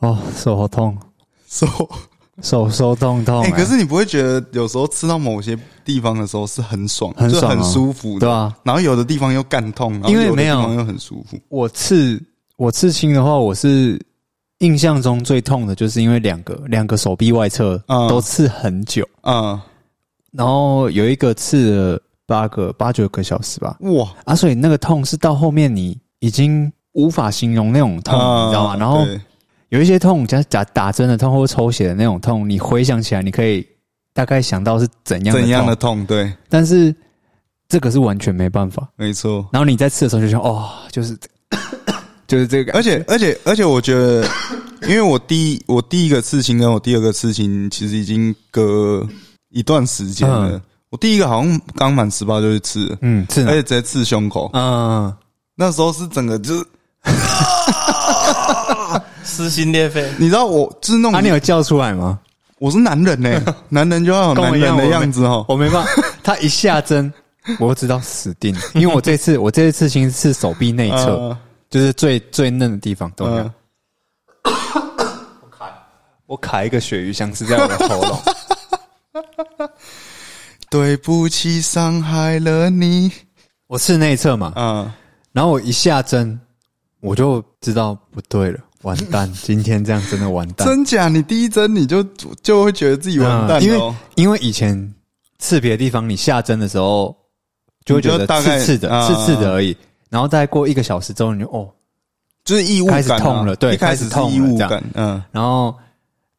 哦，手好痛，手手手痛痛、欸哎、可是你不会觉得有时候吃到某些地方的时候是很爽，很爽啊就很舒服的，对啊，然后有的地方又干痛，然后因为有的没地有方又很舒服。我刺我刺青的话，我是印象中最痛的，就是因为两个两个手臂外侧嗯都刺很久，嗯，然后有一个刺了八个八九个小时吧，哇，啊，所以那个痛是到后面你已经无法形容那种痛，啊你知道吗？然后对有一些痛，假假打针的痛或抽血的那种痛，你回想起来，你可以大概想到是怎样的怎样的痛，痛？对，但是这个是完全没办法。没错。然后你在吃的时候就想，哦，就是 这就是这个感而觉，且而且而且，我觉得， 因为我第一我第一个刺青跟我第二个刺青其实已经隔一段时间了。嗯我第一个好像刚满十八就去刺了，嗯，是的，而且直接刺胸口。嗯，那时候是整个就是， 撕心裂肺。你知道我就是那啊，种，你有叫出来吗？我是男人呢、 男人就要有跟男我一人样的我没样子哦。我没办法， 他一下针，我知道死定了，因为我这次我这次刺青是手臂内侧，呃就是最最嫩的地方，懂吗嗯？我卡一个鳕鱼香是在我的喉 咙，对不起，伤害了你。我刺内侧嘛，啊、然后我一下针，我就知道不对了，完蛋，今天这样真的完蛋，真假？你第一针你就就会觉得自己完蛋嗯因了、为因为以前刺别的地方，你下针的时候就会觉你就得大概刺刺的、啊刺刺的而已，然后大概过一个小时之后，你就哦，就是异物感、开啊、始痛了对一开开始始是痛异物了这感，嗯，然后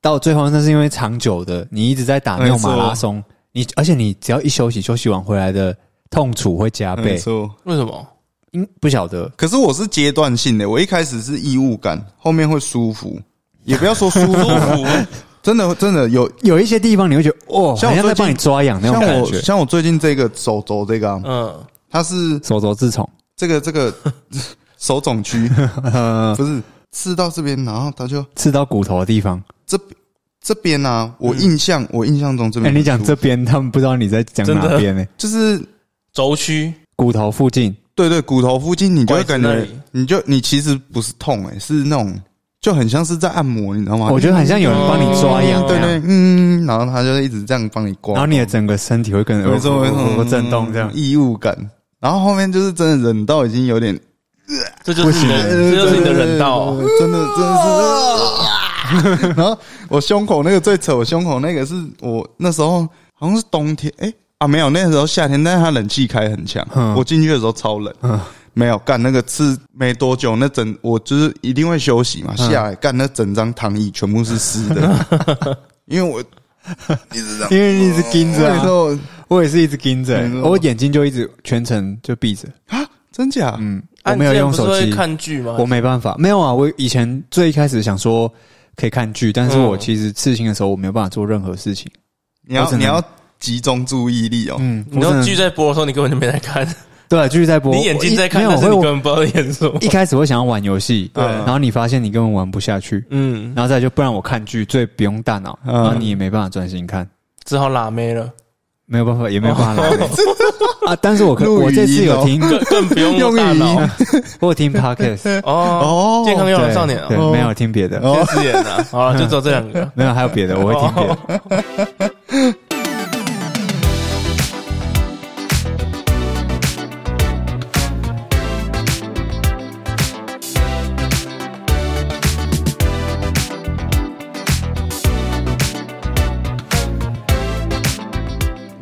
到最后那是因为长久的，你一直在打那种马拉松，你而且你只要一休息，休息完回来的痛楚会加没倍，错。为什么？因不晓得可是我是阶段性的，我一开始是异物感，后面会舒服，也不要说舒 服，真的真的有。有一些地方你会觉得哦，像好我像最在近帮你抓痒那种像感我觉。像我最近这个手肘这个、啊，嗯，它是手肘自从这个 这个手肿区，呃不是刺到这边，然后它就刺到骨头的地方，这这边啊，我印象、我印象中嗯这哎、边很你舒服，讲这边，他们不知道你在讲真的哪边呢、就是轴区骨头附近，对对，骨头附近你就会拐感子那觉里，你就你其实不是痛哎、是那种就很像是在按摩，你知道吗？我觉得很像有人帮你抓痒嗯那对样，对，嗯，然后他就一直这样帮你刮，然后你的整个身体会跟没错没错，震动这样嗯。异物感。然后后面就是真的忍到已经有点，这就是你的，这就是你的人道。对对对真的真的 是。然后我胸口那个最扯，我胸口那个是我那时候好像是冬天，哎、啊没有，那时候夏天，但是它冷气开很强，嗯我进去的时候超冷，嗯没有干那个刺没多久，那整我就是一定会休息嗯嘛，下来干那整张躺椅全部是湿的， 因为我一直这样，因为你一直盯着、那时啊，候我也是一直盯着、欸没错我眼睛就一直全程就闭着，啊，真假？嗯，啊我没有你之前用手不是机会，看剧吗？我没办法，没有啊。我以前最一开始想说可以看剧，但是嗯我其实刺青的时候我没有办法做任何事情，你要我只能你要集中注意力哦，嗯，你我只要能剧在播的时候，你根本就没在看，对，啊继续在播，你眼睛在看，我一但没是有你我会根本不知道在演什么。一开始会想要玩游戏，对然后你发现你根本玩不下去，嗯，然后再就不然我看剧最不用大脑，嗯然后你也没办法专心看，只好拉妹了，没有办法，也没有办哦法拉回 啊。但是我可录语音我这次有哦听，更更不用用大语脑音我有听 podcast，哦哦。健康对要的少年啊，对，哦没有听别的，哦电视演的，好了，就只有这两个。没有还有别的，我会听别的。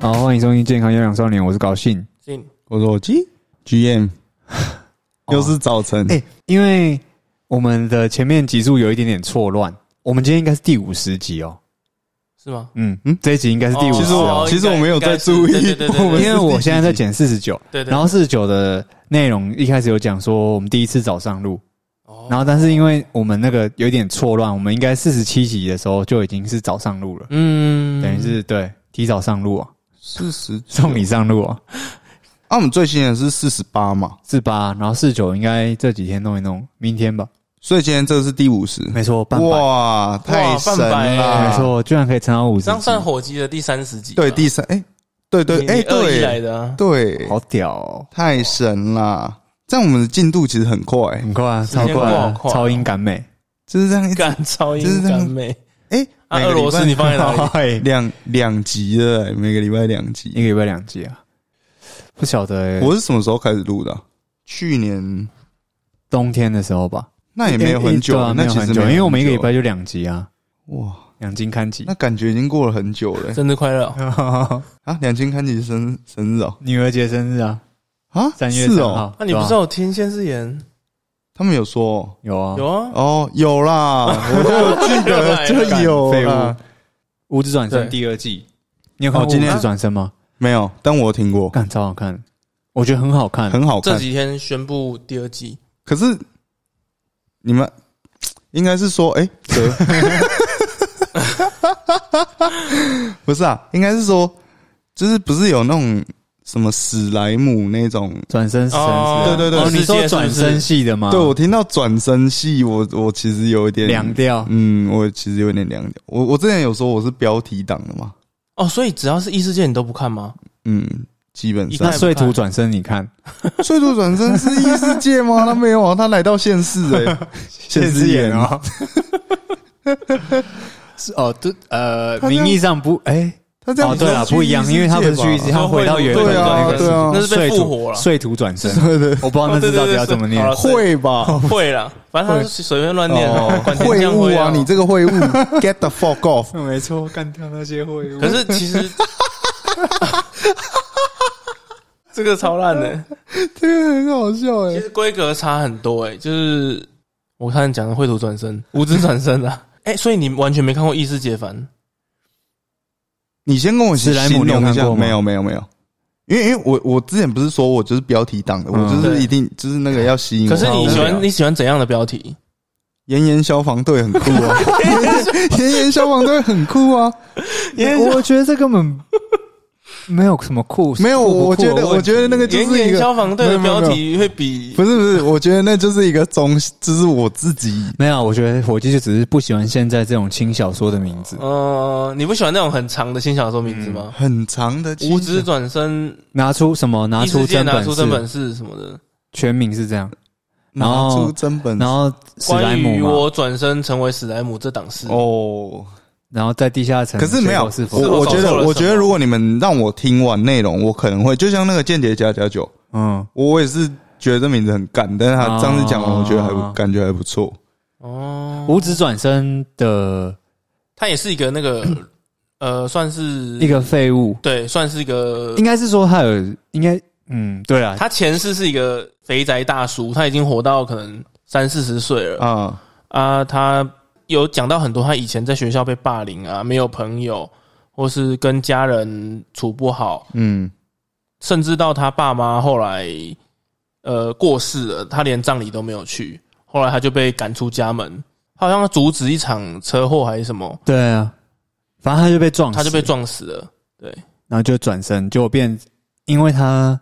好，欢迎收听《健康有氧少年》，我是高兴。进我说我 G GM 哦又是早晨，哎、因为我们的前面集数有一点点错乱，我们今天应该是第五十集哦。是吗？嗯嗯嗯，这一集应该是第五其十实我哦，哦其实应该我没有在注意应该是对对对对 我对们因是为我现在在第几集剪四十九，对对。然后四十九的内容一开始有讲说我们第一次早上录，哦然后但是因为我们那个有点错乱，我们应该四十七集的时候就已经是早上录了，嗯，等于是对提早上路啊，四十送你上路啊，啊，我们最新的是四十八嘛，四八，然后四九应该这几天弄一弄，明天吧，所以今天这个是第五十，没错，半百，哇，太神哇半百啊了，耶没，错，居然可以撑到五十这样集，算火鸡的第三十集吧。对，第三，哎，对对，你哎，你二一来对的啊，对，好屌、哦，太神了，这样我们的进度其实很快，很快啊，超时间过快得好啊，快哦超音感美，就是这样一直，干超就英是这样干妹，哎，啊，每俄个礼拜罗斯你放在哪里？嘿 两两集的、欸，每个礼拜两 一集。个礼拜两集啊，不晓得欸我是什么时候开始录的啊、去年，冬天的时候吧，那也没有很久对啊，没那有其实很没久，有因很为我们一个礼久拜就两集啊，哇，两斤看集那。感觉已经过了很久了、欸生日快乐哦！啊！两千看你生生日哦、 女儿节生日啊，啊，三月是三哦、号。那你不对啊是有听先誓言？他们有说哦有啊？有啊，哦，有啦， 我就记得就有啊废啦物，无职转生对第二季，你有看哦过今无天职转生吗？没有，但我有听过，看超好看，我觉得很好看。很好这看。几天宣布第二季，可是你们应该是说，哎、 折，不是啊，应该是说，就是不是有那种什么史莱姆那种？转身神是啊哦对对对哦，你世说界是不转是身系的吗？对我听到转身戏，我我其实有一点凉掉。嗯，我其实有点凉掉。我我之前有说我是标题党的嘛，哦，所以只要是异世界你都不看吗？嗯，基本一上那看碎图转身你看，最多转身是异世界吗？他没有啊，他来到现世哎、 现实演啊。是哦，对，呃，他这样名义上不，哎，他这样哦，对啊，啊，不一样，因为他不是去一直，他回到原本的那对个啊那是被碎复图活了，碎图转身， 对对我不知道那哦对字对到底对要怎么是念好。了 会 吧？哦会啦，反正他是随便乱念哦啊，管，天会降务会啊，你这个会 务，get the fuck off！没错，干掉那些会可是其实 这个超烂的，这个很好笑其哎，实规格差很多诶、就是我看你讲的绘图转身、无知转身啊， 哎、所以你完全没看过异世界番，你先跟我史莱姆形容你有一看下，过吗没有没有没有，因为因为我我之前不是说我就是标题党的，我嗯就是对一定就是那个要吸引我。可是你喜对啊欢你喜欢怎样的标 题？炎炎消防队很酷 啊，炎炎消防队很酷啊，我觉得这根本没有什么酷， 没有，酷不酷我觉的得问我题觉得那个就炎是一炎个消防队没的有没有标没有题会比不是不是，我觉得那就是一个中，就是我自己。没有，我觉得火鸡就只是不喜欢现在这种轻小说的名字。哦呃，你不喜欢那种很长的新小说名字吗？很长的期无知转身，拿出什么？拿异出世界真拿本出真事，本事什么的。全名是这样。嗯拿然后出真本事，然后史莱关姆于嘛，我转身成为史莱姆这档事，哦，然后在地下城。可是没有，是否我我是否觉走错了得，什么我觉得如果你们让我听完内容，我可能会就像那个《间谍加加酒》，嗯，我也是觉得这名字很干，但是他哦这样子讲完，我觉得还不感觉还不错。哦，五指转身的它也是一个 那个呃，算是一个废物，对，算是一个应，该是说他有应该嗯，对啊，他前世是一个肥宅大叔，他已经活到可能三四十岁了啊，啊。他有讲到很多他以前在学校被霸凌啊，没有朋友，或是跟家人处不好，嗯，甚至到他爸妈后来呃过世了，他连葬礼都没有去，后来他就被赶出家门，他好像阻止一场车祸还是什么，对啊，反正他就被撞死，他就被，撞死了。然后就转身，结果变，因为他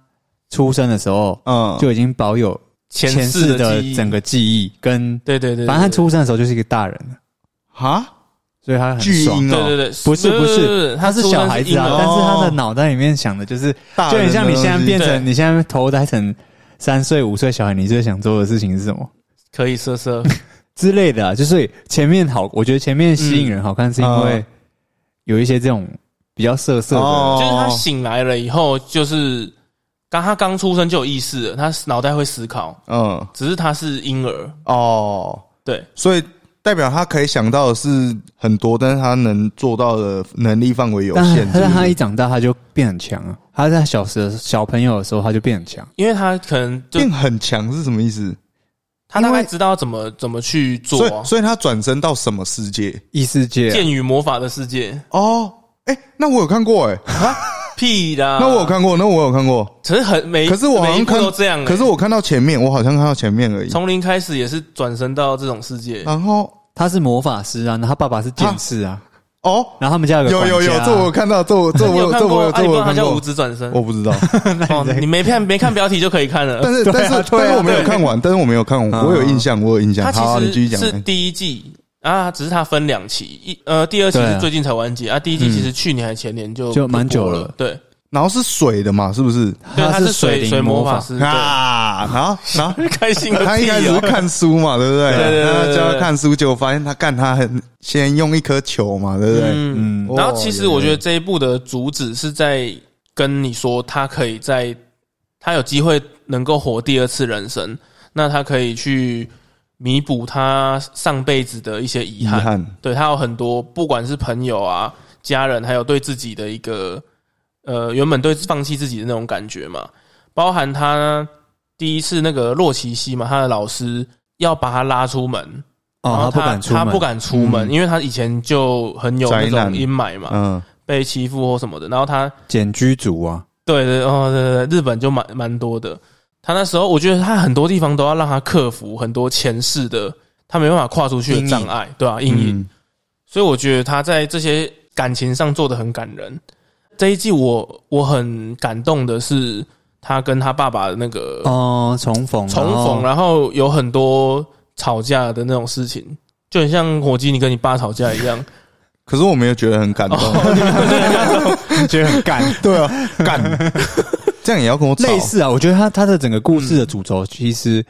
出生的时候嗯，就已经保有前世的的记忆整个记忆，跟对对对，反正他对出生的时候就是一个大人了，哈，所以他很巨爽。婴对哦，对对，不是不是，他是出生小孩子婴啊儿，但是他哦的脑袋里面想的就是大就人很像你现在变对成你现在投胎成三岁五岁小孩，你最想做的事情是什么可以色色，之类的啊？就是前面好，我觉得前面吸引人好看是因为嗯有一些这种比较色色的，哦就是他醒来了以后，就是刚他刚出生就有意识了，他脑袋会思考，嗯，只是他是婴儿，哦，对，所以代表他可以想到的是很多，但是他能做到的能力范围有但限。他但是不他是一长大他就变很强啊。他在小时候小朋友的时候他就变很强，因为他可能就变很强是什么意思？他大因概为知道怎么怎么去做所啊以，所以他转身到什么世界？异世界啊剑与魔法的世界，哦，哎、那我有看过哎、屁啦，那我有，看过，那我有看过。可是很啊每一，可是我好每一像部看都这样欸，可是我看到前面，我好像看到前面而已。从零开始也是转身到这种世界，然后他是魔法师啊，然后他爸爸是剑士啊，哦，然后他们家有个有有有，管家啊这我有看到，这 我这你我有有这我看过？有啊，这你不我有知道他看叫无过，知转身，我不 知道。哦，你没看没看标题就可以看了但。是对啊但是对啊但是我没有对看完，但是我没有看嗯完，我有印象，我有印象它。好啊，你继啊其续实讲。是哎第一季啊，只是它分两期，一呃第二期对是啊嗯最近才完结啊，第一季其实去年还前年就就蛮久播了了，对，然后是水的嘛，是不是？对，他他是是水灵水魔法法，师，对，啊，然后然后开心 个他一 开屁始是哦！看书嘛，对不对？对对对对对然后教他看书，结果发现他干他很先用一颗球嘛，对不对？嗯，嗯哦然后其实我觉有得这一部的主旨是在跟你说，他可以在他有机会能够活第二次人生，那他可以去弥补他上辈子的一些遗遗憾。憾，对他有很多，不管是朋友啊、家人，还有对自己的一个呃，原本对放弃自己的那种感觉嘛，包含他第一次那个洛奇西嘛，他的老师要把他拉出门，然哦，他后不敢出门，嗯他不敢出门，因为他以前就很有那宅种男阴霾嘛，嗯，被欺负或什么的，然后他简居族啊，对对哦，对对对，日本就蛮蛮多的。他那时候，我觉得他很多地方都要让他克服很多前世的他没办法跨出去的障碍，对吧、啊？阴影。嗯所以我觉得他在这些感情上做的很感人。这一季我我很感动的是他跟他爸爸的那个呃哦，重逢，重啊逢，了，然后有很多吵架的那种事情，就很像火鸡你跟你爸吵架一样。可是我没有觉得很感动， 觉得很干。对啊，干， 这样也要跟我吵，类似啊，我觉得他他的整个故事的主轴其实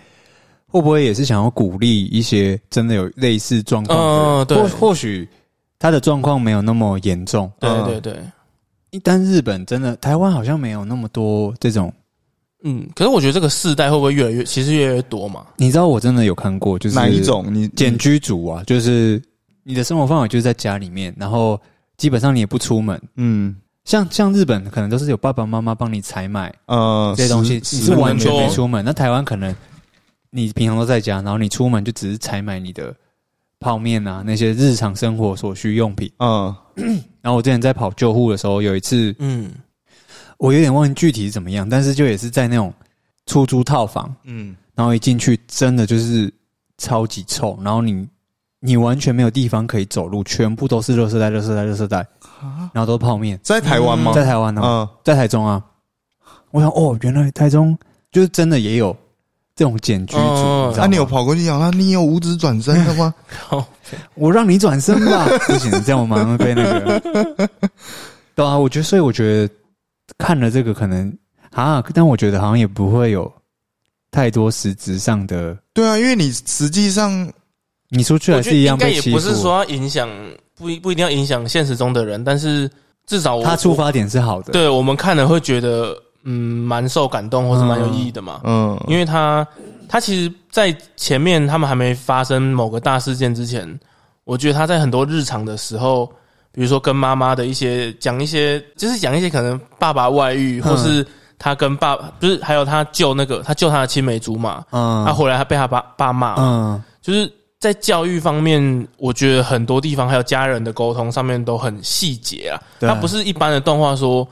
会不会也是想要鼓励一些真的有类似状况的人？嗯对或或许他的状况没有那么严重，对嗯对对，但日本真的台湾好像没有那么多这种。嗯。可是我觉得这个世代会不会越来越，其实越来越多嘛？你知道我真的有看过，就是哪一种？你简居族啊，就是你的生活范围就是在家里面，然后基本上你也不出门。嗯像像日本可能都是有爸爸妈妈帮你采买呃这些东西，你食是物完全没没错出门。那台湾可能你平常都在家，然后你出门就只是采买你的泡面啊，那些日常生活所需用品。嗯然后我之前在跑救护的时候，有一次嗯，我有点忘记具体是怎么样，但是就也是在那种出租套房，嗯，然后一进去真的就是超级臭，然后你你完全没有地方可以走路，全部都是垃圾袋、垃圾袋、垃圾袋，然后都是泡面，在台湾吗？在台湾呢、嗯在台中啊，我想哦，原来台中就是真的也有这种简居族，哦你知道吗？那啊你有跑过去咬他？你有五指转身的吗？我让你转身 吧，不行，这样我马上被那个。对啊，我觉得，所以我觉得看了这个可能啊，但我觉得好像也不会有太多实质上的，对啊，因为你实际上你出去还我觉得是一样应该被也欺负。不是说要影响，不一不一定要影响现实中的人，但是至少我他出发点是好的，对我们看了会觉得，嗯，蛮受感动或是蛮有意义的嘛。嗯，因为他他其实，在前面他们还没发生某个大事件之前，我觉得他在很多日常的时候，比如说跟妈妈的一些讲一些，就是讲一些可能爸爸外遇，嗯或是他跟爸，就是还有他救那个他救他的青梅竹马，嗯他回来他被他爸爸骂，嗯，就是在教育方面，我觉得很多地方还有家人的沟通上面都很细节啊。对它不是一般的动画说，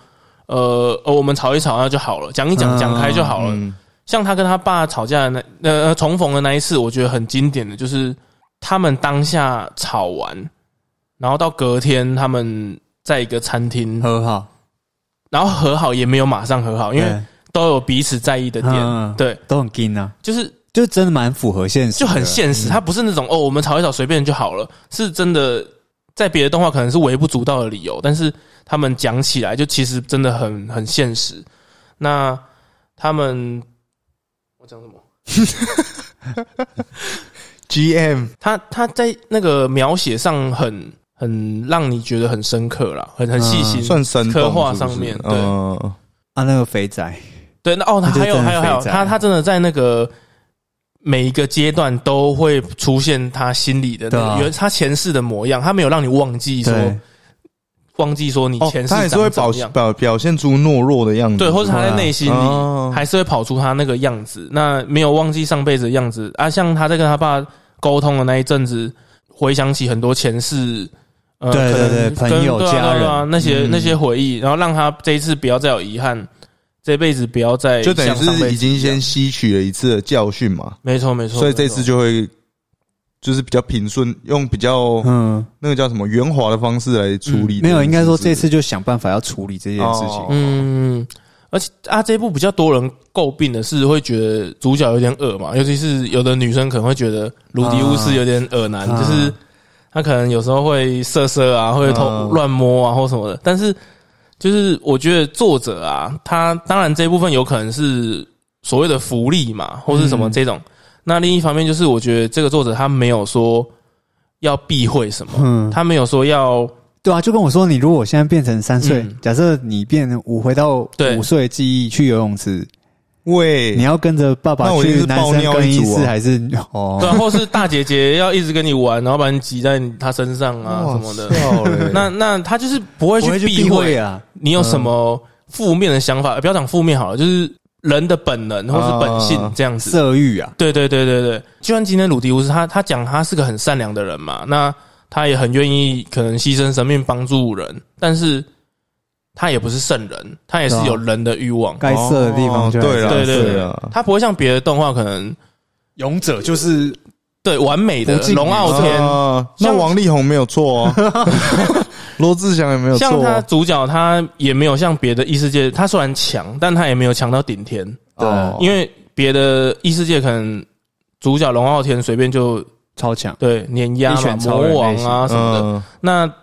呃，呃我们吵一吵那就好了，讲一讲嗯讲开就好了。嗯像他跟他爸吵架的那呃重逢的那一次，我觉得很经典的就是他们当下吵完，然后到隔天他们在一个餐厅，和好，然后和好也没有马上和好，因为都有彼此在意的对点。嗯对，都很硬啊，就是就真的蛮符合现实的，嗯就很现实，它不是那种哦，我们吵一吵随便就好了，是真的。在别的动画可能是微不足道的理由，但是他们讲起来就其实真的很很现实。那他们我讲什么？ GM 他他在那个描写上很很让你觉得很深刻啦，很很细心。算生动刻画是不是上面对嗯啊，那个肥仔，对，那哦，他那就还有真的还有还有，肥宅他他真的在那个每一个阶段都会出现他心里的那对啊个原他前世的模样，他没有让你忘记说。对，忘记说你哦前，世他长也是会怎表么样，表表现出懦弱的样子，对，或者他在内心嗯里哦还是会跑出他那个样子，那没有忘记上辈子的样子啊。像他在跟他爸沟通的那一阵子，回想起很多前世，呃，对可对能对跟朋友对啊家人对啊那些嗯那些回忆，然后让他这一次不要再有遗憾，这辈子不要再就等于像上辈是子已经一样先吸取了一次的教训嘛，没错没错，所以没这错次就会就是比较平顺，用比较嗯，那个叫什么圆滑的方式来哦处理。没有，应该说这是次就想办法要处理这件事情哦，嗯，而且啊，这一部比较多人诟病的是，会觉得主角有点恶嘛，尤其是有的女生可能会觉得卢迪乌斯有点恶男，啊就是他可能有时候会色色啊，会偷嗯乱摸啊或什么的。但是就是我觉得作者啊，他当然这部分有可能是所谓的福利嘛，或是什么这种。那另一方面就是，我觉得这个作者他没有说要避讳什么，嗯，他没有说要对啊，就跟我说，你如果我现在变成三岁，嗯假设你变我回到对五岁的记忆去游泳池，喂，你要跟着爸爸那我一定去是男爆生尿更一衣族室，啊还是哦？对啊、或是大姐姐要一直跟你玩，然后把你挤在他身上啊哇什么的。笑嘞 啊那那他就是不会不会去去避避讳讳啊，你有什么负面的想法，呃不要讲负面好了，就是人的本能或是本性啊这样子。色欲啊，对对对对对，就像今天鲁迪乌斯，他他讲他是个很善良的人嘛，那他也很愿意可能牺牲生命帮助人，但是他也不是圣人，他也是对啊有人的欲望。该色的地方就哦还是对了，对对对啊，他不会像别的动画可能勇者就是对完美的不敬礼龙傲天，啊那像王力宏没有错哦， 罗志祥也没有错像他哦，主角，他也没有像别的异世界，他虽然强，但他也没有强到顶天，对啊哦因为别的异世界可能主角龙傲天随便就超强，对碾压一嘛拳魔超人王啊类什么的。嗯那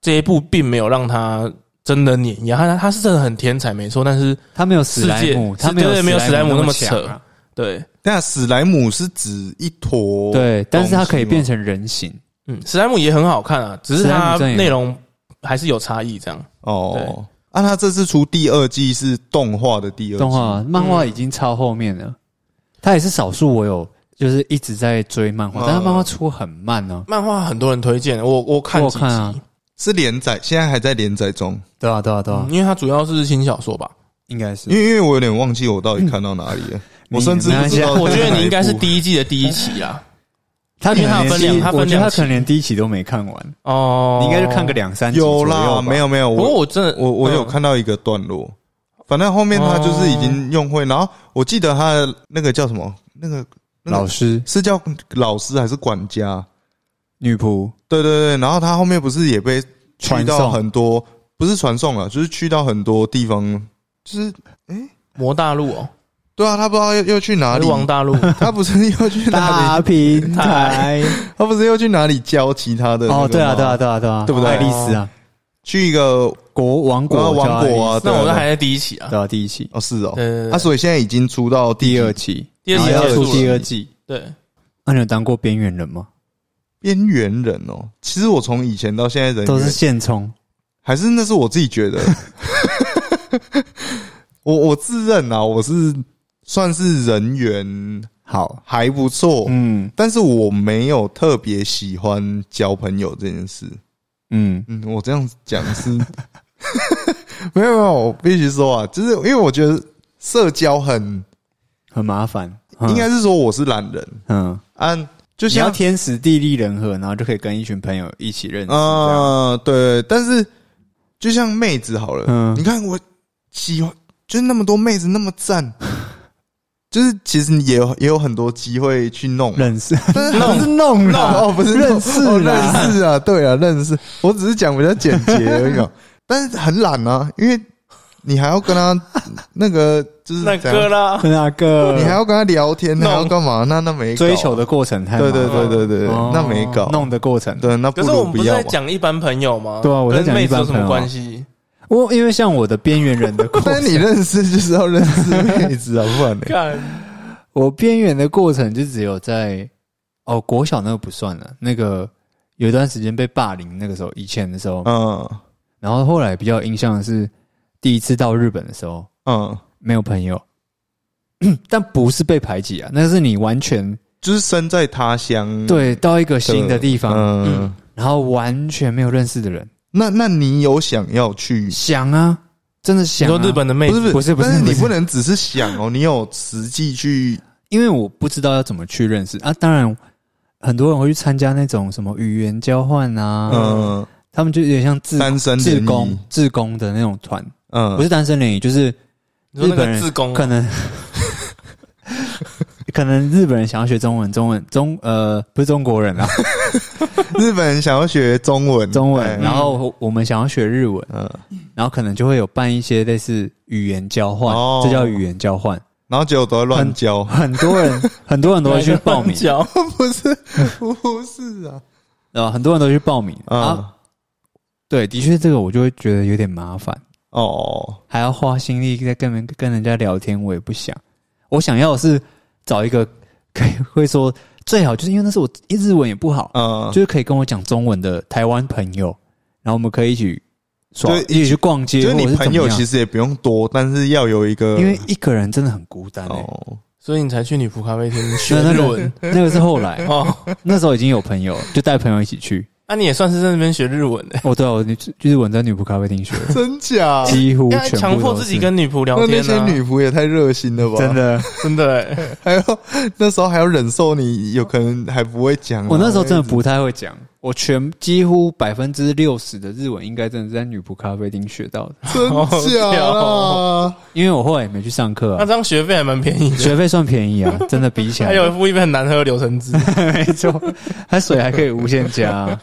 这一部并没有让他真的碾压他，他是真的很天才，没错，但是他没有史莱姆，世界他没有是对对没有史莱姆那那么强啊扯对，那史莱姆是指一坨，，对，但是它可以东西吗变成人形，嗯，史莱姆也很好看啊，只是史莱它姆真的有内容还是有差异，这样。哦，啊，他这次出第二季是动画的第二季，动画、漫画已经超后面了，它也是少数我有就是一直在追漫画，嗯但它漫画出很慢哦呢、漫画很多人推荐，我我看我几集，看啊是连载，现在还在连载中，对啊，对啊，对啊，嗯因为它主要是轻小说 吧。应该是因为因为我有点忘记我到底看到哪里了，我甚至没不关系知道，我觉得你应该是。第一季的第一期啊啦。它可因为它能有分连两它分我觉得两它期可能连第一期都没看完，哦，你应该就看个。两三集有左右啦，吧哦没有没有，不过我我真的，嗯我我有看到一个段落，反正后面他就是已经用会，然后我记得他的那个叫什么，那个那个老师是叫老师还是管家？女仆对对对，然后他后面不是也被去传到送很多，不是传送了，啊就是去到很多地方，就是魔大陆哦，对啊，他不知道要要去哪还里是，王大 陆。他不是要去哪大里，平台他不是要去哪里教其他的那个哦， 对啊，吗对啊，，对啊，对啊，对不对爱丽丝啊，去一个国王啊国叫王国啊爱对那我都还在第一期丽丝啊。对啊，第一期、哦是哦，呃啊，，所以现在已经出到第第二二期，第二然期后也要结束出了第二季。啊对，那、你有当过边缘人吗？边缘人哦。其实我从以前到现在人都缘是现充，还是那是我自己 觉得，我我自认啊，我是算是人缘好，还不错，嗯但是我没有特别喜欢交朋友这件事。嗯，嗯，我这样讲是 没有没有，我必须说啊，就是因为我觉得社交很，很麻烦，嗯应该是说我是懒人嗯，啊，就你要像天时地利人和，然后就可以跟一群朋友一起认识。这样啊、对，但是就像妹子好了，嗯你看我喜欢，就是那么多妹子那么赞，就是其实你也有也有很多机会去 弄，认识，但是 不是 弄弄啦，哦，不是认识哦啦，认识啊，对啊，认识。我只是讲比较简洁而已 嘛，但是很懒啊，因为你还要跟他那个就是那怎哥样，啦，那个你还要跟他聊天，弄还要干嘛？那那没搞追求，的过程太麻对烦对对对对，哦那没搞，弄的过程。对，那不可是我如们不不是要在吧。讲一般朋友吗？对啊我在跟讲妹一子般有什朋友啊么关系？我因为像我的边缘人的过 但是程，你认识就是要认识妹子啊，不然 呢？看，我边缘的过程就只有在哦国小那个不算了，那个有一段时间被霸凌，那个时候以前的时候，嗯然后后来比较有印象的是第一次到日本的时候，嗯，没有朋友， 但不是被排挤啊，那是你完全就是身在他乡，对到一个新的地方，嗯嗯，然后完全没有认识的人，那那你有想要去？想啊，真的你想、说啊。日本的妹不子是不是不是但是你不是不能只是想哦，你有实际去因为我不知道要怎么去认识啊。当然，很多人会去参加那种什么语言交换啊，嗯他们就有点像自单身自联谊工自工的那种团，嗯不是单身联谊，就是你说日那本个人自宫啊可能、 可能日本人想要学中文，中文中呃不是中国人啊，日本人想要学中文，中哎文，然后我们想要学日文，嗯，然后可能就会有办一些类似语言交换，哦这叫语言交换。然后结果都在乱教，很多人很多人都会去报 名，交不是不是啊，啊，很多人都去报名啊。啊对，的确这个我就会觉得有点麻烦，哦，还要花心力在跟人跟人家聊天，我也不想。我想要的是找一个可以会说最好，就是因为那是我日文也不好，嗯，就是可以跟我讲中文的台湾朋友，然后我们可以一起耍，就是一起去逛街，就是你朋友其实实也不用多，但是要有一个，因为一个人真的很孤单、欸。哦， 所以你才去女仆 咖啡厅学那那日个文那个是后来，哦。那时候已经有朋友，就带朋友一起去。那你也算是在那边学日文的，哦，对啊，我就日文在女仆咖啡厅学的，真假？几乎啊要全部强迫自己跟女仆聊那那天些啊，女仆也太热心了吧？ 真，的， 真的欸。还要 那时候还要忍受你有可能还不会讲啊。我那时候真的不太会讲，我全几乎百分之六十的日文应该真的是在女仆咖啡厅学到的， 真假啦？因为我后来也没去上课、那啊，这样学费还蛮便宜的，学费算便宜啊，真的比 起来，还有付一杯很难喝的柳橙汁。没错，它水还可以无限加、啊。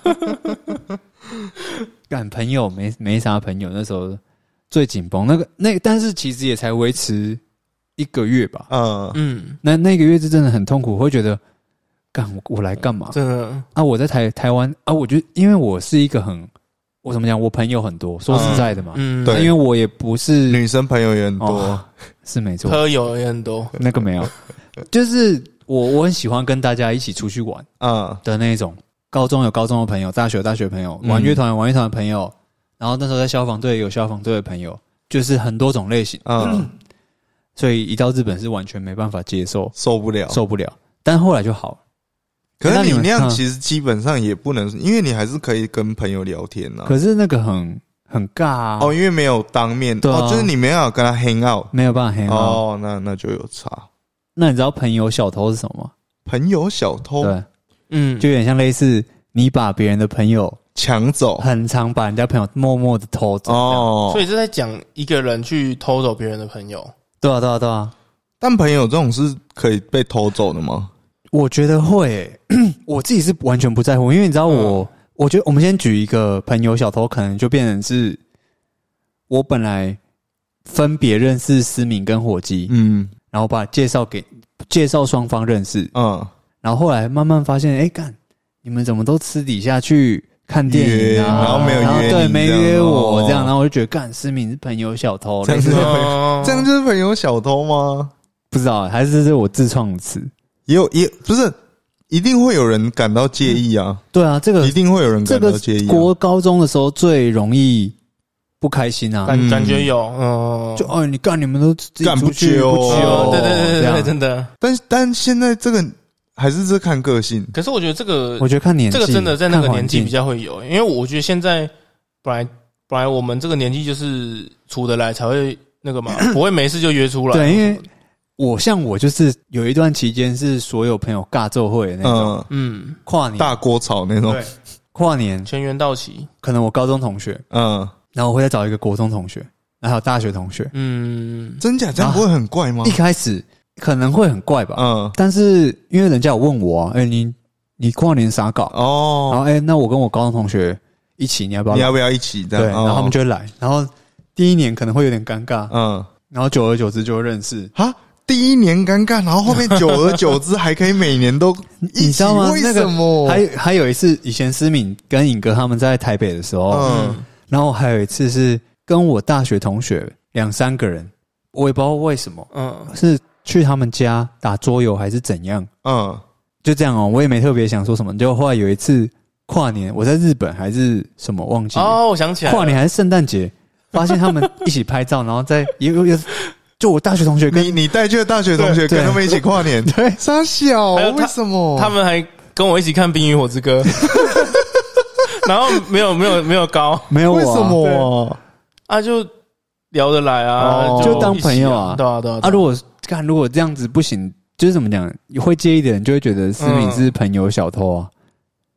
干朋友没没啥朋友，那时候最紧绷。那个那个但是其实也才维持一个月吧。嗯，嗯，那那个月是真的很痛苦，我会觉得干我我来干嘛真的，啊？我在台台湾啊，我就因为我是一个很我怎么讲，我朋友很多，说实在的嘛，嗯，那对因为我也不是女生朋友也很多哦，是没错，喝友也很多，那个没 有，就是我我很喜欢跟大家一起出去玩。嗯的那一种。高中有高中的朋友，大学有大学的朋友，玩乐团有玩乐团的朋友，然后那时候在消防队有消防队的朋友，就是很多种类型。嗯， 所以一到日本是完全没办法接受，受不了。受不了。但后来就好了，可那是你你们那嗯样其实基本上也不能，因为你还是可以跟朋友聊天啊呐。可是那个很很尬啊，嗯哦，因为没有当面，对啊哦，就是你没有跟他 hang out。没有办法 hang out。哦，那那就有差。那你知道朋友小偷是什么吗？朋友小偷对，嗯，就有点像类似你把别人的朋友，抢走很常把人家朋友默默的偷走。哦，哦，所以是在讲一个人去偷走别人的朋友，对啊，对啊，对啊。但朋友这种是可以被偷走的吗？我觉得会 欸、我自己是完全不在乎，因为你知道我，我觉得我们先举一个朋友小偷，可能就变成是我本来分别认识思敏跟火鸡，嗯然后把介绍给介绍双方认识，嗯，然后后来慢慢发现，哎、干，你们怎么都私底下去看电约影啊，然后没有约对，你没这样约我哦这样，然后我就觉得，干，思敏是朋友小偷，这类样似子哦这样就是朋友小偷吗？不知道欸还是这是我自创的词。也有也不是，一定会有人感到介意啊，对啊，这个一定会有人这感个到介意、啊。国高中的时候最容易不开心啊，感嗯感觉有，嗯，就哦，你干你们都自己干出不去揪不揪，哦对对对这对对，样真的。但但现在这个还是是看个性，可是我觉得这个我觉得看年纪，这个真的在那个看环年纪境比较会有，欸因为我觉得现在本来本来我们这个年纪就是处得来才会那个嘛， 不会没事就约出来。对，因为我像我就是有一段期间是所有朋友尬奏会的那种嗯，嗯，跨年，大锅炒那种对，，跨年全员到齐，可能我高中同学，嗯，然后我会再找一个国中同学，然后还有大学同学，嗯，真假这样不会很怪吗啊 一？开始可能会很怪吧，嗯，但是因为人家有问我啊，哎你你跨年啥搞？然哦，后哎那我跟我高中同学一起，你要不要你来？要不要哦一起这对，样？然后他们就会来，然后第一年可能会有点尴尬，哦然后久而久之就会认识，嗯啊。第一年尴尬，然后后面久而久之还可以每年都一你起，知道吗？为那什个么？还还有一次，以前思敏跟尹哥他们在台北的时候，嗯然后还有一次是跟我大学同学两三个人，我也不知道为什么嗯，是去他们家打桌游还是怎样，嗯就这样哦，我也没特别想说什么。就后来有一次跨年，我在日本还是什么忘记了，哦，我想啊起来了跨年，还是圣诞节，发现他们一起拍照，然后在也有有， 就我大学同学跟你你带去的大学同学对跟他们一起跨年， 对 傻小，还有他为什么？他们还跟我一起看《冰与火之歌》， 然后没有没有没有高没有我、为什啊？么啊？啊，就聊得来啊哦，就当朋友啊一起对啊对啊，对啊，如果看如果这样子不行，就是怎么讲，会介意的人就会觉得思敏是朋友小偷啊。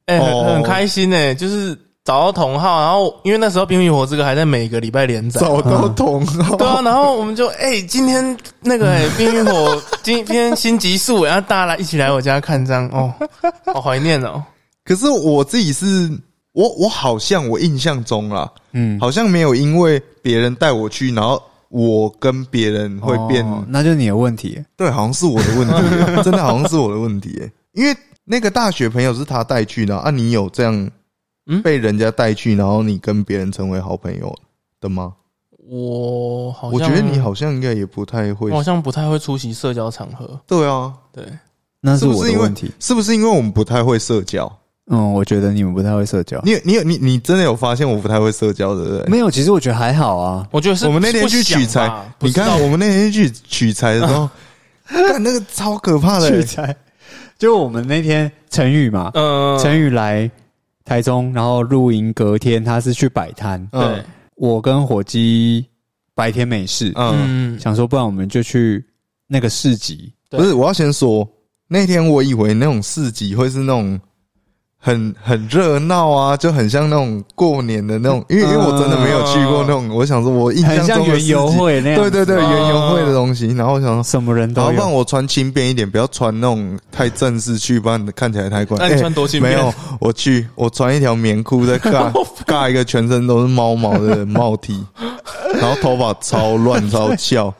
哎、哦很很开心哎、就是找到同号，然后因为那时候《冰与火之歌》还在每个礼拜连载，找到 同好，对啊，然后我们就哎、今天那 个哎、冰与火今今天新集数，然后大家来一起来我家看这样哦，好怀念哦，可是我自己是，我我好像我印象中啦，嗯，好像没有因为别人带我去，然后我跟别人会变，哦那就是你的问题。对，好像是我的 问题，真的好像是我的问题耶，因为那个大学朋友是他带去的啊，你有这样嗯被人家带去，然后你跟别人成为好朋友的吗？我好像我觉得你，好像应该也不太会我，好像不太会出席社交场合。对啊，对，那是是我不是的因为问题。是不是因为我们不太会社交？嗯，我觉得你们不太会社交。你有你有你你真的有发现我不太会社交，对不对？没有，其实我觉得还好啊。我觉得是我们那天去取不想材吧，不你知道看我们那天去取材的时 候，看那个超可怕的、欸去才就我们那天陈宇嘛，嗯，陈宇来台中，然后露营，隔天他是去摆摊，嗯对，我跟火鸡白天没事，嗯，嗯，想说不然我们就去那个市集，对不是，我要先说，那天我以为那种市集会是那种很很热闹啊，就很像那种过年的那种，因为、因为我真的没有去过那种，我想说，我印很象像中的园市集游，会哦那样，对对对，嗯园游会的东西，然后我想说。什么人然都后让有。我穿轻便一点，不要穿那种太正式去，不然看起来太怪。那你哎穿多轻没便啊有，我去，我穿一条棉裤，再尬尬一个全身都是猫毛的帽 T，然后头发超乱超翘，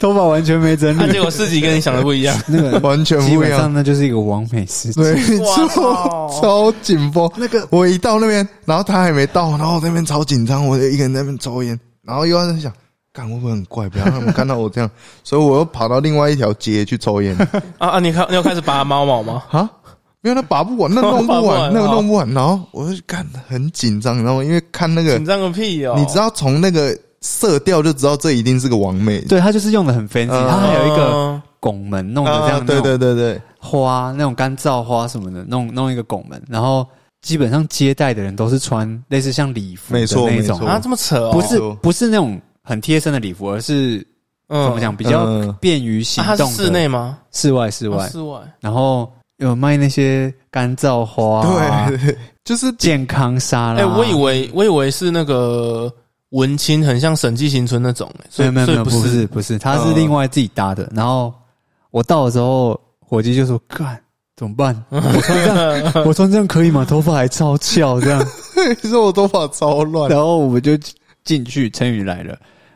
头发完全没整那结理，果四级跟你想的不一样， 那个完啊全基不一本样上。那就是一个完美市集。没 哇错，超紧绷。那个我一到那边，然后他还没到，然后我那边超紧张，我就一个人在那边抽烟，然后又要在想，干会不会很怪，不要让他们看到我这样，所以我又跑到另外一条街去抽烟。啊啊！你看，你有开始拔猫毛吗？啊，没有，那拔不完，那弄拔不不完，完那个好弄不完。然后我就看很紧张，然后因为看那个紧，张个屁哦！你知道从那个色调就知道这一定是个完美。对，他就是用的很 fancy，嗯他还有一个嗯拱门弄的这啊，样，对对对对，花那种干燥花什么的，弄弄一个拱门，然后基本上接待的人都是穿类似像礼服的没错那没种，错啊，这么扯哦，不是哦不是那种很贴身的礼服，而是嗯怎么讲比较嗯便于行啊它是动的室内吗？室外室哦外，室外。然后有卖那些干燥花啊，对，就是健康沙拉。哎，我以为我以为是那个文青，很像审计行村那种，哎没所以有没有没所以有不是是不是，他是嗯另外自己搭的。然后我到的时候，伙计就说：“干怎么 办？我穿这样我穿这样可以吗？头发还超翘这样。”其实我头发超乱，然后我们就进去，陈宇来了，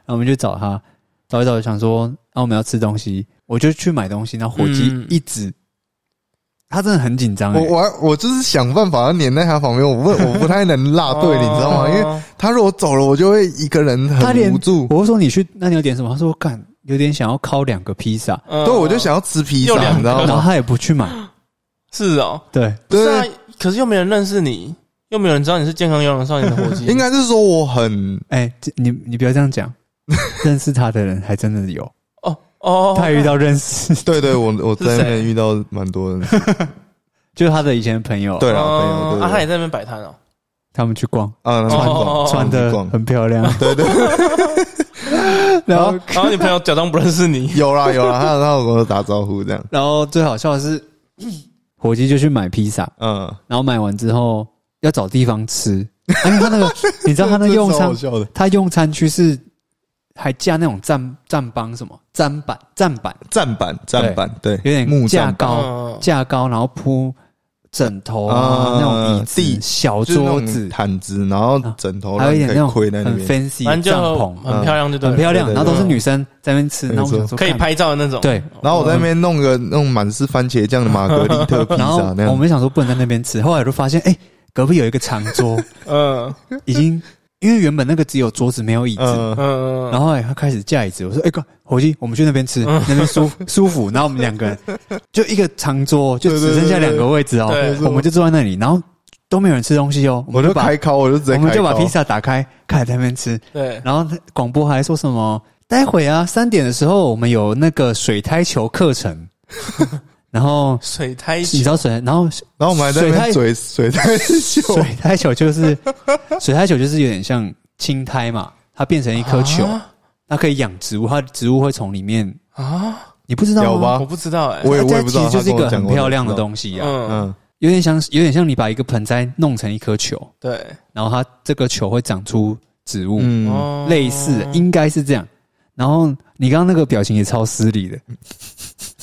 然后我们就找他，找一找，想说，啊，我们要吃东西，我就去买东西。然后火鸡嗯一直，他真的很紧张、哎我欸，我还我就是想办法要黏在他旁边，我不我不太能落队，啊你知道哦吗？因为为他如果走了，我就会一个人他连很无助。我就说你去，那你要点什么？他说干，有点想要烤两个披萨，哦对，我嗯就想要吃披又萨，两个你知道然后吗？他也不去买，是哦，对，不是啊对，可是又没人认识你，又没有人知道你是健康优良少年的 火鸡，应该是说我很哎、这你你不要这样 讲。认识他的人还真的有，哦哦，他遇到认识，对对，我我是在谁那边遇到蛮多人，就是他的以前的朋友，对啦， 哦朋友对对啊，他对也在那边摆摊哦，他们去逛，啊，穿逛哦穿的逛很漂亮，对对， 然后然后哦你朋友假装不认识你，有啦有啦，他他有跟我打招呼这样，然后最好笑的是， 火鸡就去买披萨，嗯，然后买完之后要找地方吃，因为他那 个你知道他那这个用超好餐，笑的，他用餐区是还架那种站站帮什么站板站板，站板站板对，有点木架站板高嗯架高，然后铺枕头啊啊那种椅地子、小就是那桌种子，毯子，然后枕头还有一点可那以种跪在那很边，嗯 fancy 的反正帐就篷，很漂亮，就对了，很漂亮，对对对然后都是女生在那边吃，没错然后我想说可以看拍照的那种，对，然后我在那边弄个那种满是番茄酱的玛格丽 特披然萨后那我样，们想说不能在那边吃，后来我就发现哎、隔壁有一个长桌。嗯已经因为原本那个只有桌子没有椅子，嗯，嗯，然后后来他开始架椅子，我说：“哎、哥，伙计，我们去那边吃，那边舒 服舒服。”然后我们两个人就一个长桌，就只剩下两个位置哦对对对我们就坐在那里，然后都没有人吃东西哦，我我们就把开烤，我就直接我开们就把烤披萨打开，开始在那边吃，对，然后广播还说什么：“待会啊，三点的时候我们有那个水胎球课程。” 然后水胎你知道水，然后然后我们还在那边水嘴水太秀，水胎球就是 水胎球就是有点像青苔嘛，它变成一颗球。啊它可以养植物，它的植物会从里面，啊，你不知道有吗？吧我不知道哎，我也它我也不知其道，实就是一个很他跟我讲过漂亮的东西啊，嗯，嗯，有点像有点像你把一个盆栽弄成一颗球，对，然后它这个球会长出植物，嗯，哦类似应该是这样。然后你刚刚那个表情也超失礼的，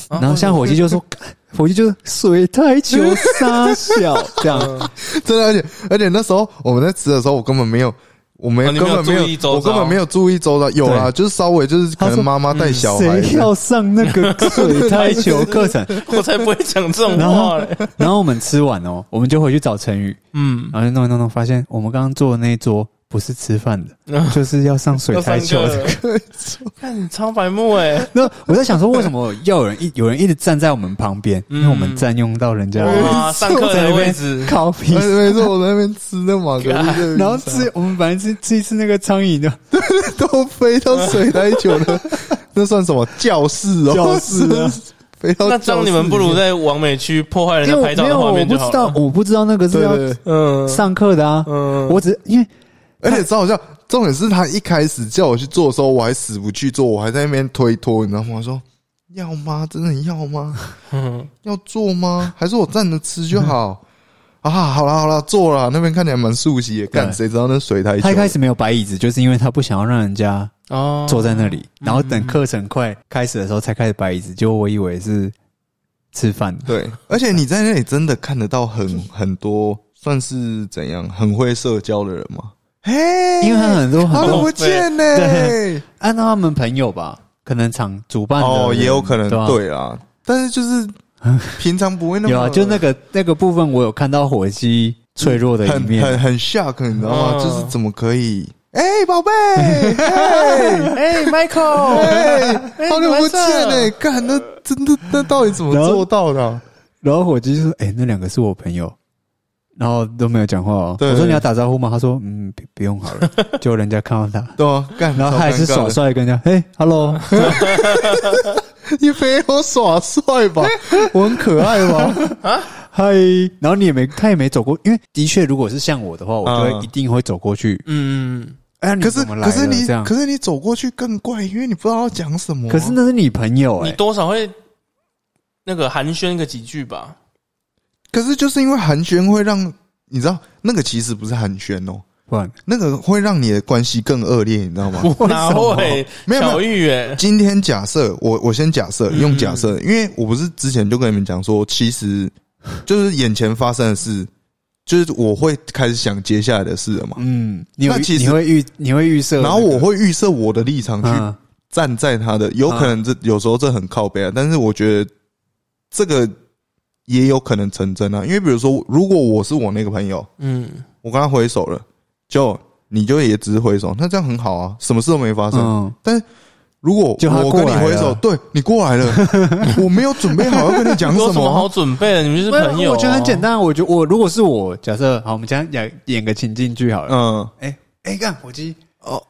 啊然后像火鸡就 说，干火鸡就是水太球沙小这样，嗯真的，而且而且那时候我们在吃的时候，我根本没有，我们哦你根没有本没注意周有，遭我根本没有注意周到，有啦，对就是稍微就是可他能说嗯妈妈带 小孩哎谁，要上那个水胎球课程？我才不会讲这 种然话后嘞， 然后我们吃完哦，我们就回去找陈宇，嗯， 然后就弄一弄弄，发现我们刚刚坐的那一桌不是吃饭的， 就是要上水要台上球的。课， 看你超白目哎、 那我在想说，为什么要有人一有人一直站在我们旁边？因为我们占用到人家嗯哇，上课在的那位边置，嗯靠屁没，没错，我在那边吃那马格丽的 然后吃我们本来吃吃一次那个苍蝇的都飞到水台球 了，那算什么教室哦？教室啊 飞到那教这室样里你面们不如在王美区破坏人因为家我拍照没的有，画我面不就好知道，了。我不知道那个是对要对对，嗯上课的啊。嗯，我只因为 而且超好笑，重点是他一开始叫我去做的时候，我还死不去做，我还在那边推脱，你知道吗？我说要吗？真的要吗？ 嗯要做吗？还是我站着吃就好？啊，好啦好啦，做啦。那边看起来蛮熟悉的，干对谁知道那水台球他一？开始没有摆椅子，就是因为他不想要让人家哦，坐在那里，然后等课程快开始的时候才开始摆椅子。就我以为是吃饭的，对，而且你在那里真的看得到很 很多，算是怎样很会社交的人吗？嘿，因为他很多好很久多不见呢、对按照他们朋友吧，可能场主办的哦，人也有可能对吧啊对啦，但是就是 平常不会那么有啊，就那个那个部分，我有看到火鸡脆弱的一很很面。很 shock，你知道吗？嗯就是怎么可以？哎、宝 贝，哎，Michael， 哎、好久不见呢、干那真的那到底怎么然后做到的啊、然后火鸡就说：“哎、那两个是我朋友。”然后都没有讲话哦。对对我说：“你要打招呼吗？”他说：“嗯，不不用好了。”就人家看到 他，对啊，干，然后他还是超尴尬耍的，帅，跟人家：“嘿，hello。你没有耍帅吧？哎 我很可爱吧？嗨，然后你也没，他也没走过，因为的确，如果是像我的话，我就会嗯一定会走过去。嗯，哎呀，你可是怎么来可了是你这样可，是你走过去更怪，因为你不知道要讲什么啊、可是那是你朋友哎、你多少会那个寒暄个几句吧？可是就是因为寒暄会让你知道那个其实不是寒暄哦，不 然那个会让你的关系更恶劣，你知道吗？哪会？没有没有小玉哎，今天假设我我先假嗯设用假设，因为我不是之前就跟你们讲说，其实就是眼前发生的事，就是我会开始想接下来的事了嘛，嗯，你有那其实你会预你会预设这个、然后我会预设我的立场去嗯站在他的，有可能这有时候这很靠背啊，但是我觉得这个也有可能成真啊，因为比如说，如果我是我那个朋友，嗯，我跟他挥手了，就你就也只是挥手，那这样很好啊，什么事都没发生。嗯，如果就他我跟过你来挥了手，对你过来了，我没有准备好要跟你讲有什什么好么，准备的？你们就是朋友，啊我觉得很简。单。我觉得我如果是我，假设好，我们讲演演个情境剧好了。嗯，哎哎，干火鸡哦，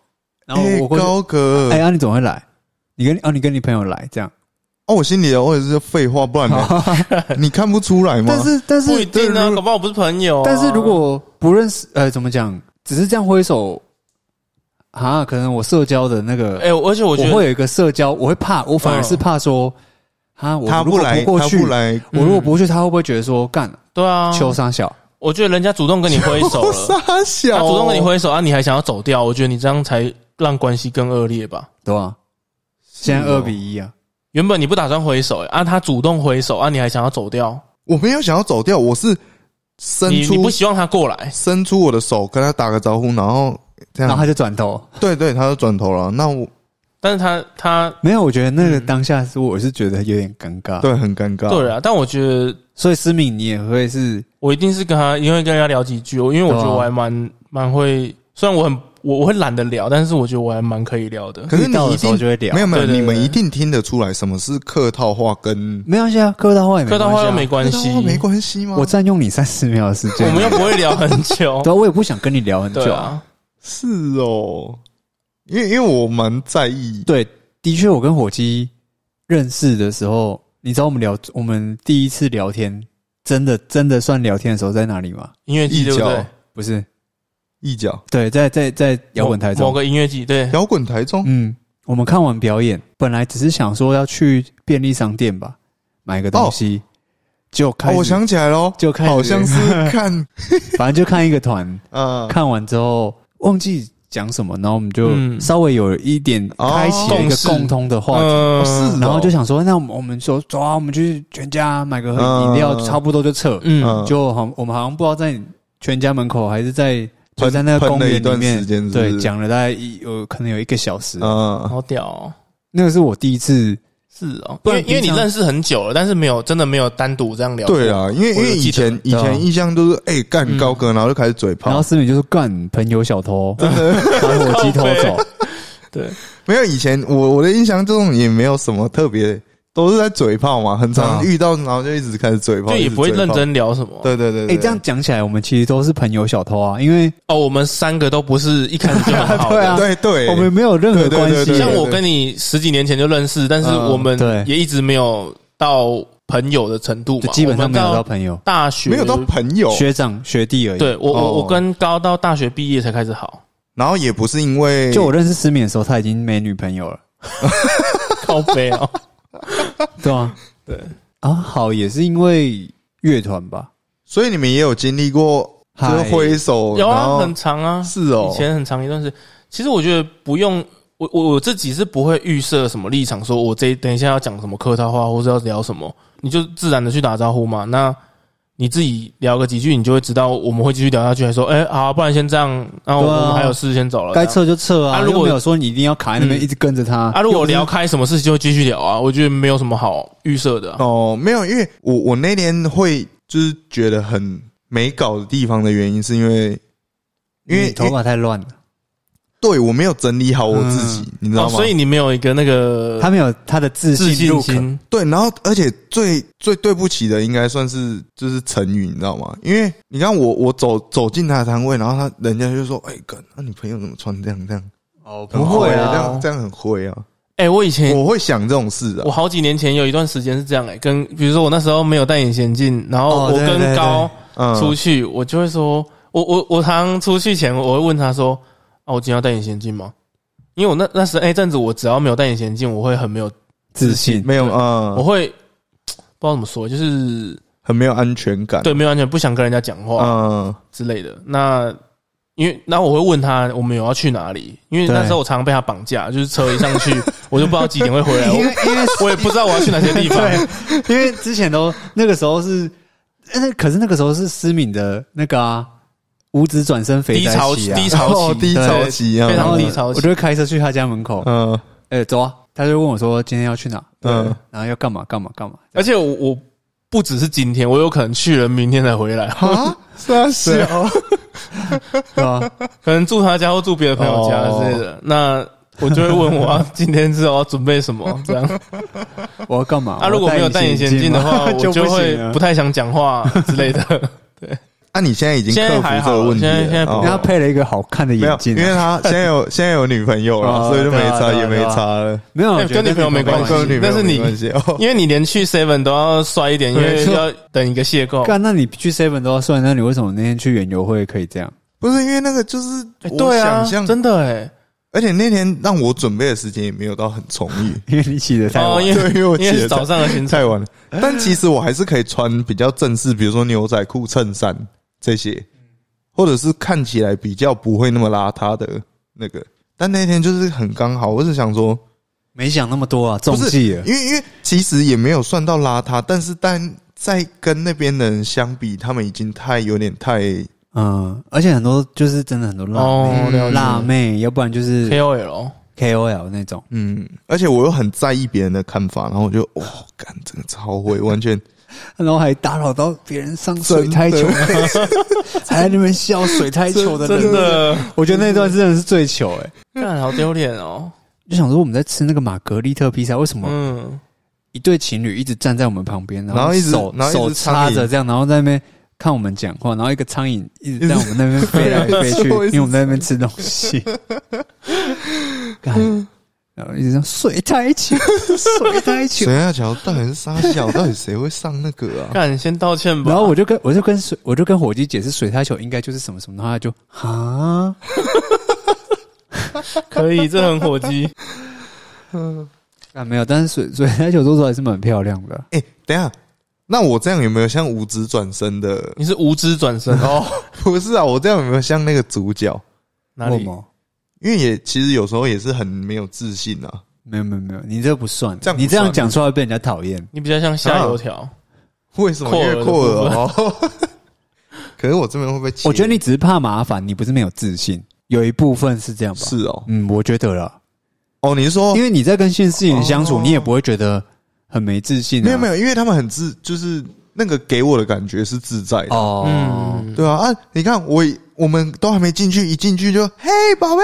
然后哎我过去，高哥，哎，啊，你怎么会来？你跟哦，你跟你朋友来这样，哦，我心里我也是废话，不然呢你看不出来吗？但是但不一是定对啊，如搞不好不是朋友啊。但是如果不认识，呃，怎么讲？只是这样挥手，啊，可能我社交的那个，哎，而且我我觉得嗯会有一个社交，我会怕，我反而是怕说，啊，我他如果来，不过他去，不来，我如果不去，他会不会觉得说干对嗯啊，秋山小？我觉得人家主动跟你挥手我了，傻小，他主动跟你，挥手啊，你还想要走掉？我觉得你这样才让关系更恶劣吧。对吧？现在二比一啊，原本你不打算挥手、欸，啊，他主动挥手，啊，你还想要走掉？我没有想要走掉，我是伸你你出不希望他过来？伸出我的手跟他打个招呼，然后嗯这然后样，他就转头，对对，他就转头了，那我但是他他没有，我觉得那个嗯当下是我是觉得有点尴尬，，对很尴尬，对啊，但我觉得所以思敏你也会是我一定是跟他，因为跟人家聊几句，我因为我觉得对啊我还蛮蛮会，虽然我很我我会懒得聊，但是我觉得我还蛮可以聊的。可是遇你到一的时候定就会聊没有没有，对对你们对一定听得出来什么是客套话跟没关系啊，客套话也没客套话又关系没啊关系客套，话没关系吗？我占用你三十秒的时我间，。们又不会聊很久 对啊，我也不想跟你聊很久对。啊，是哦，因为因为我蛮在意，对，的确，我跟火鸡认识的时候，你知道我们聊，我们第一次聊天，真的真的算聊天的时候在哪里吗？音乐季一对不对脚？不是，一脚对，在在在摇滚台某某中，个音乐季，对，摇滚台中，哦嗯，我们看完表演，本来只是想说要去便利商店吧，买个东西，就开哦，始，我想起来喽，就开始好像是看 反正就看一个 团，啊，看完之后忘记讲什么，然后我们就嗯稍微有一点哦开启了一个共识共通的话题，嗯哦是然后就想说，那我们我们说走啊，我们去全家买个饮料，嗯差不多就撤。嗯嗯就好，我们好像不知道在全家门口还是在就喷在那个喷公了一园里段时面，间，呃对，讲了大概一有可能有一个小时。啊，好屌、哦，那个是我第一次是哦，不然因为因为平你常认识很久了，但是没有真的没有单独这样聊过。对啊，因为因我有为以记得前以对啊嗯前印象都是哎干高哥，然后就开始嘴然后炮，思敏就说干朋友小偷，把我鸡偷走，对，没有以前我我的印象这种也没有什么特别，都是在嘴炮嘛，很常啊遇到然后就一直开始嘴炮，就也不会一直嘴认炮。真聊什么。对 对对，哎、对这样讲起来，我们其实都是朋友小偷啊，因为哦，我们三个都不是一开始就很好的。对啊 对对，我们没有任何对对关对系啊对。像我跟你十几年前就认识，但是嗯我们对也一直没有到朋友的程度就嘛，基本我上们没有到到朋友，大学没有到朋友，学长学弟而已。，对我哦我我跟高到大学毕业才开始 好，然后也不是因为就我认识思敏的时候，他已经没女朋友了，靠背哦，对啊，对啊，好，也是因为乐团吧，所以你们也有经历过，就嗨是挥手，有哦然啊，后很长啊，是哦以，前很长一段时间。其实我觉得不用我我我自己是不会预设什么立场，说我这一等一下要讲什么客套话，或者要聊什么，你就自然的去打招呼嘛。那你自己聊个几句，你就会知道我们会继续聊下去，还说哎、好、不然先这样，然后我对啊们还有事先走了。该这样撤就撤啊。啊如果又没有说你一定要卡在那边嗯一直跟着他啊，如果聊又不是开什么事情就会继续聊啊，我觉得没有什么好预设的啊、哦，没有，因为我我那天会就是觉得很没搞的地方的原因，是因为因为你头发太乱了，对我没有整理好我自嗯己，你知道哦，吗？所以你没有一个那个他没有他的自呃自信入信口心，对，然后而且最最对不起的应该算是就是陈宇，你知道吗？因为你看我我走走进他的摊位，然后他人家就说：“哎、哥，那、你朋友怎么穿这样这样？”哦，很灰啊这样这样很灰啊！哎、我以前我会想这种事的、啊我好几年前有一段时间是这样哎、跟比如说我那时候没有戴隐形镜，然哦后我对对跟对高嗯，出去，我就会说，我我我常常出去前我会问他说，啊，我今天要戴隐形镜吗？因为我那那时那一阵子我只要没有戴隐形镜，我会很没有，自信，没有我嗯，会不知道怎么说，就是很没有安全感。对没哦有完全不想跟人家讲话，嗯，之类的。那因为那我会问他我们有要去哪里，因为对那时候我常常被他绑架，就是车一上 去我就不知道几点会回来，因 为我因为我也不知道我要去哪些地方。对，因为之前都那个时候是，呃那可是那个时候是思敏的那个啊，五指转身肥低宅潮期啊，低潮哦期，低潮期啊，非然常后低潮期我就会开车去他家门口，嗯哎，走啊，他就问我说今天要去哪，嗯，然后要干嘛干嘛干嘛，而且我我不只是今天，我有可能去了，明天才回来，啊，是啊，是 啊，对吧？可能住他家或住别的朋友家哦之类的。那我就会问我、啊、今天之后要准备什么这样。我要干嘛？啊，如果没有戴隐形镜的话， 吗我就不会行啊了不。太想讲话之类的。那啊你现在已经现在克还服好这个问题了，现在现在不因为他哦配了一个好看的没有眼，镜因啊，为他 现在有现在有女朋友了，哦所以就没对啊差，对啊也没差了，没有哎跟女朋友没关哦系跟女朋但友是没你关系 哦。因为你连去 Seven 都要摔一点，因为没错要等一个邂逅。干，那你去 Seven 都要算，那你为什么那天去园游会可以这样？ 不是因为那个，就是哎我对啊想，象，真的哎、而且那天让我准备的时间也没有到很充裕，因为你起的太哦，晚， 因为 对因为我因为起得是早上的 行程，太晚了。但其实我还是可以穿比较正式，比如说牛仔裤、衬衫这些，或者是看起来比较不会那么邋遢的那个。但那天就是很刚好，我是想说，没想那么多啊，中不是，计了。因为因为其实也没有算到邋遢，但是但在跟那边的人相比，他们已经太有点太嗯，而且很多就是真的很多辣哦妹、了解辣妹，要不然就是 KOL。 KOL 那种。嗯，而且我又很在意别人的看法，然后我就哇，干这个超会，完全然后还打扰到别人上水台球， 还在那边哎笑水台球的人，真，的，我觉得那段真的是最糗哎、看好丢脸哦。就想说我们在吃那个玛格丽特披萨，为什么嗯，一对情侣一直站在我们旁边，然后一直手然后一直手苍插蝇着这样，然后在那边看我们讲话，然后一个苍蝇一直在我们那边飞 来飞去，没错因为我们在那边吃东 西，干，然后一直这样水台球，水台球水，下桥到底是傻小，到底谁会上那个啊？看先道歉吧。然后我就跟我就跟水我就跟火鸡解释水台球应该就是什么什么，然后他就哈，可以，这很火鸡。啊没有，但是水水台球做出来是蛮漂亮的，哎、等一下，那我这样有没有像五指转身的？ 你是无知转身哦？不是啊，我这样有没有像那个主角？哪为里什？么因为也其实有时候也是很没有自信啊。没有没有没有，你这不算，这样不你这样算讲出来被人家讨厌。你比较像下油条。为什么？扩因耳为扩耳哦。 可是我这边会不会切？我觉得你只是怕麻烦，你不是没有自信，有一部分是这样吧？是哦，嗯，我觉得了。哦，你是说因为你在跟现实人相处，哦你也不会觉得很没自信、啊。没有没有有，因为他们很自，就是那个给我的感觉是自在的，哦， 嗯，对啊啊！你看我我们都还没进去，一进去就嘿宝贝，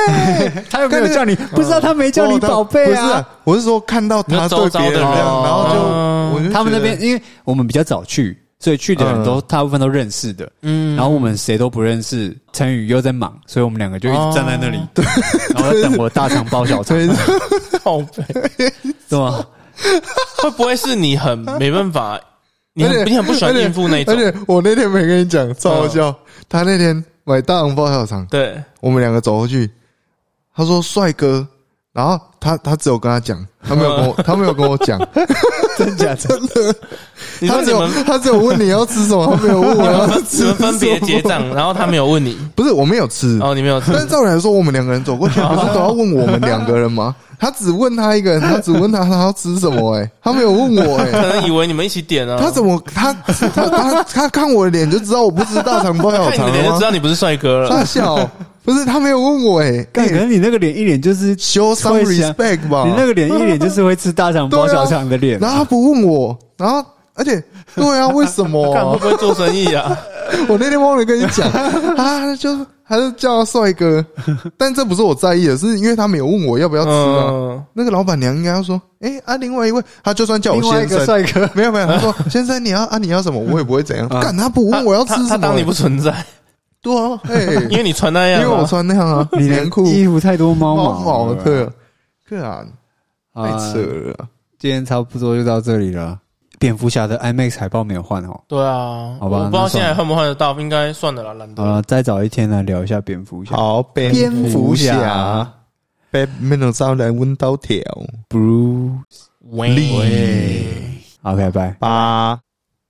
他有没有叫你？不知道他 没叫你哦他宝贝不是啊。啊，我是说看到他对你说周遭别的人这人样，然后就哦我就他们那觉得边，因为我们比较早去，所以去的人都大部分都认识的。嗯然后我们谁都不认识，陈宇又在忙，所以我们两个就一直站在那里，对，然后等我大肠包小肠，哦 对靠北对吗？会不会是你很没办法，你啊而很且你很不喜欢应付那种嗯而？且我那天没跟你讲，超好笑。他那天买大红包小肠，对，我们两个走过去，他说帅哥，然后他他只有跟他讲，他没有嗯跟我，他没有跟我讲，真 假的？ 你说他你只有们他只有问你要吃什么，他没有问我要你吃们 分别什么结，账，然后他没有 问你，不是我没有吃。哦，你没有吃但是照理来说，我们两个人走 过去，不是都要问我们两个人吗？他只问他一个人，他只问他他要吃什么、欸，他没有问我、欸，可能以为你们一起点啊。他怎么他他他他看我的脸就知道我不吃大肠包小看你肠的了脸就吗知？道你不是 帅哥大了。笑，不是他没有问我哎、欸，可干能你那个脸一脸就是，你 show some 会想 respect 吧。那个脸一脸就是会吃大肠包小肠的脸。啊然后他不问我，然后而且对啊，为 什么看啊、会不会做生意啊？我那天忘了跟你讲啊，就还是叫他帅哥，但这不是我在意的，是因 为他没有问我要不要吃啊。嗯，那个老板娘应该要说，哎、啊，另外一位，他就算叫我另外一先个生，帅哥，没有没有，他说先生你要啊你要什么，我也不会怎样。啊干他不他问我要吃他什么、他当你欸不存在，对啊， 哎、因为你穿那因样啊，为我穿那样啊，你的连裤衣服太多猫毛毛毛了，的，对啊，太啊扯了啊。今天差不多就到这里了。蝙蝠侠的 IMAX 海报没有换哦，对啊，好吧我不知道那算了现在换不换得到，应该算的啦，懒好得。了，再找一天来聊一下蝙蝠侠。好，蝙蝠侠，，Batman 招来温刀条，Blue，喂，OK，拜。八。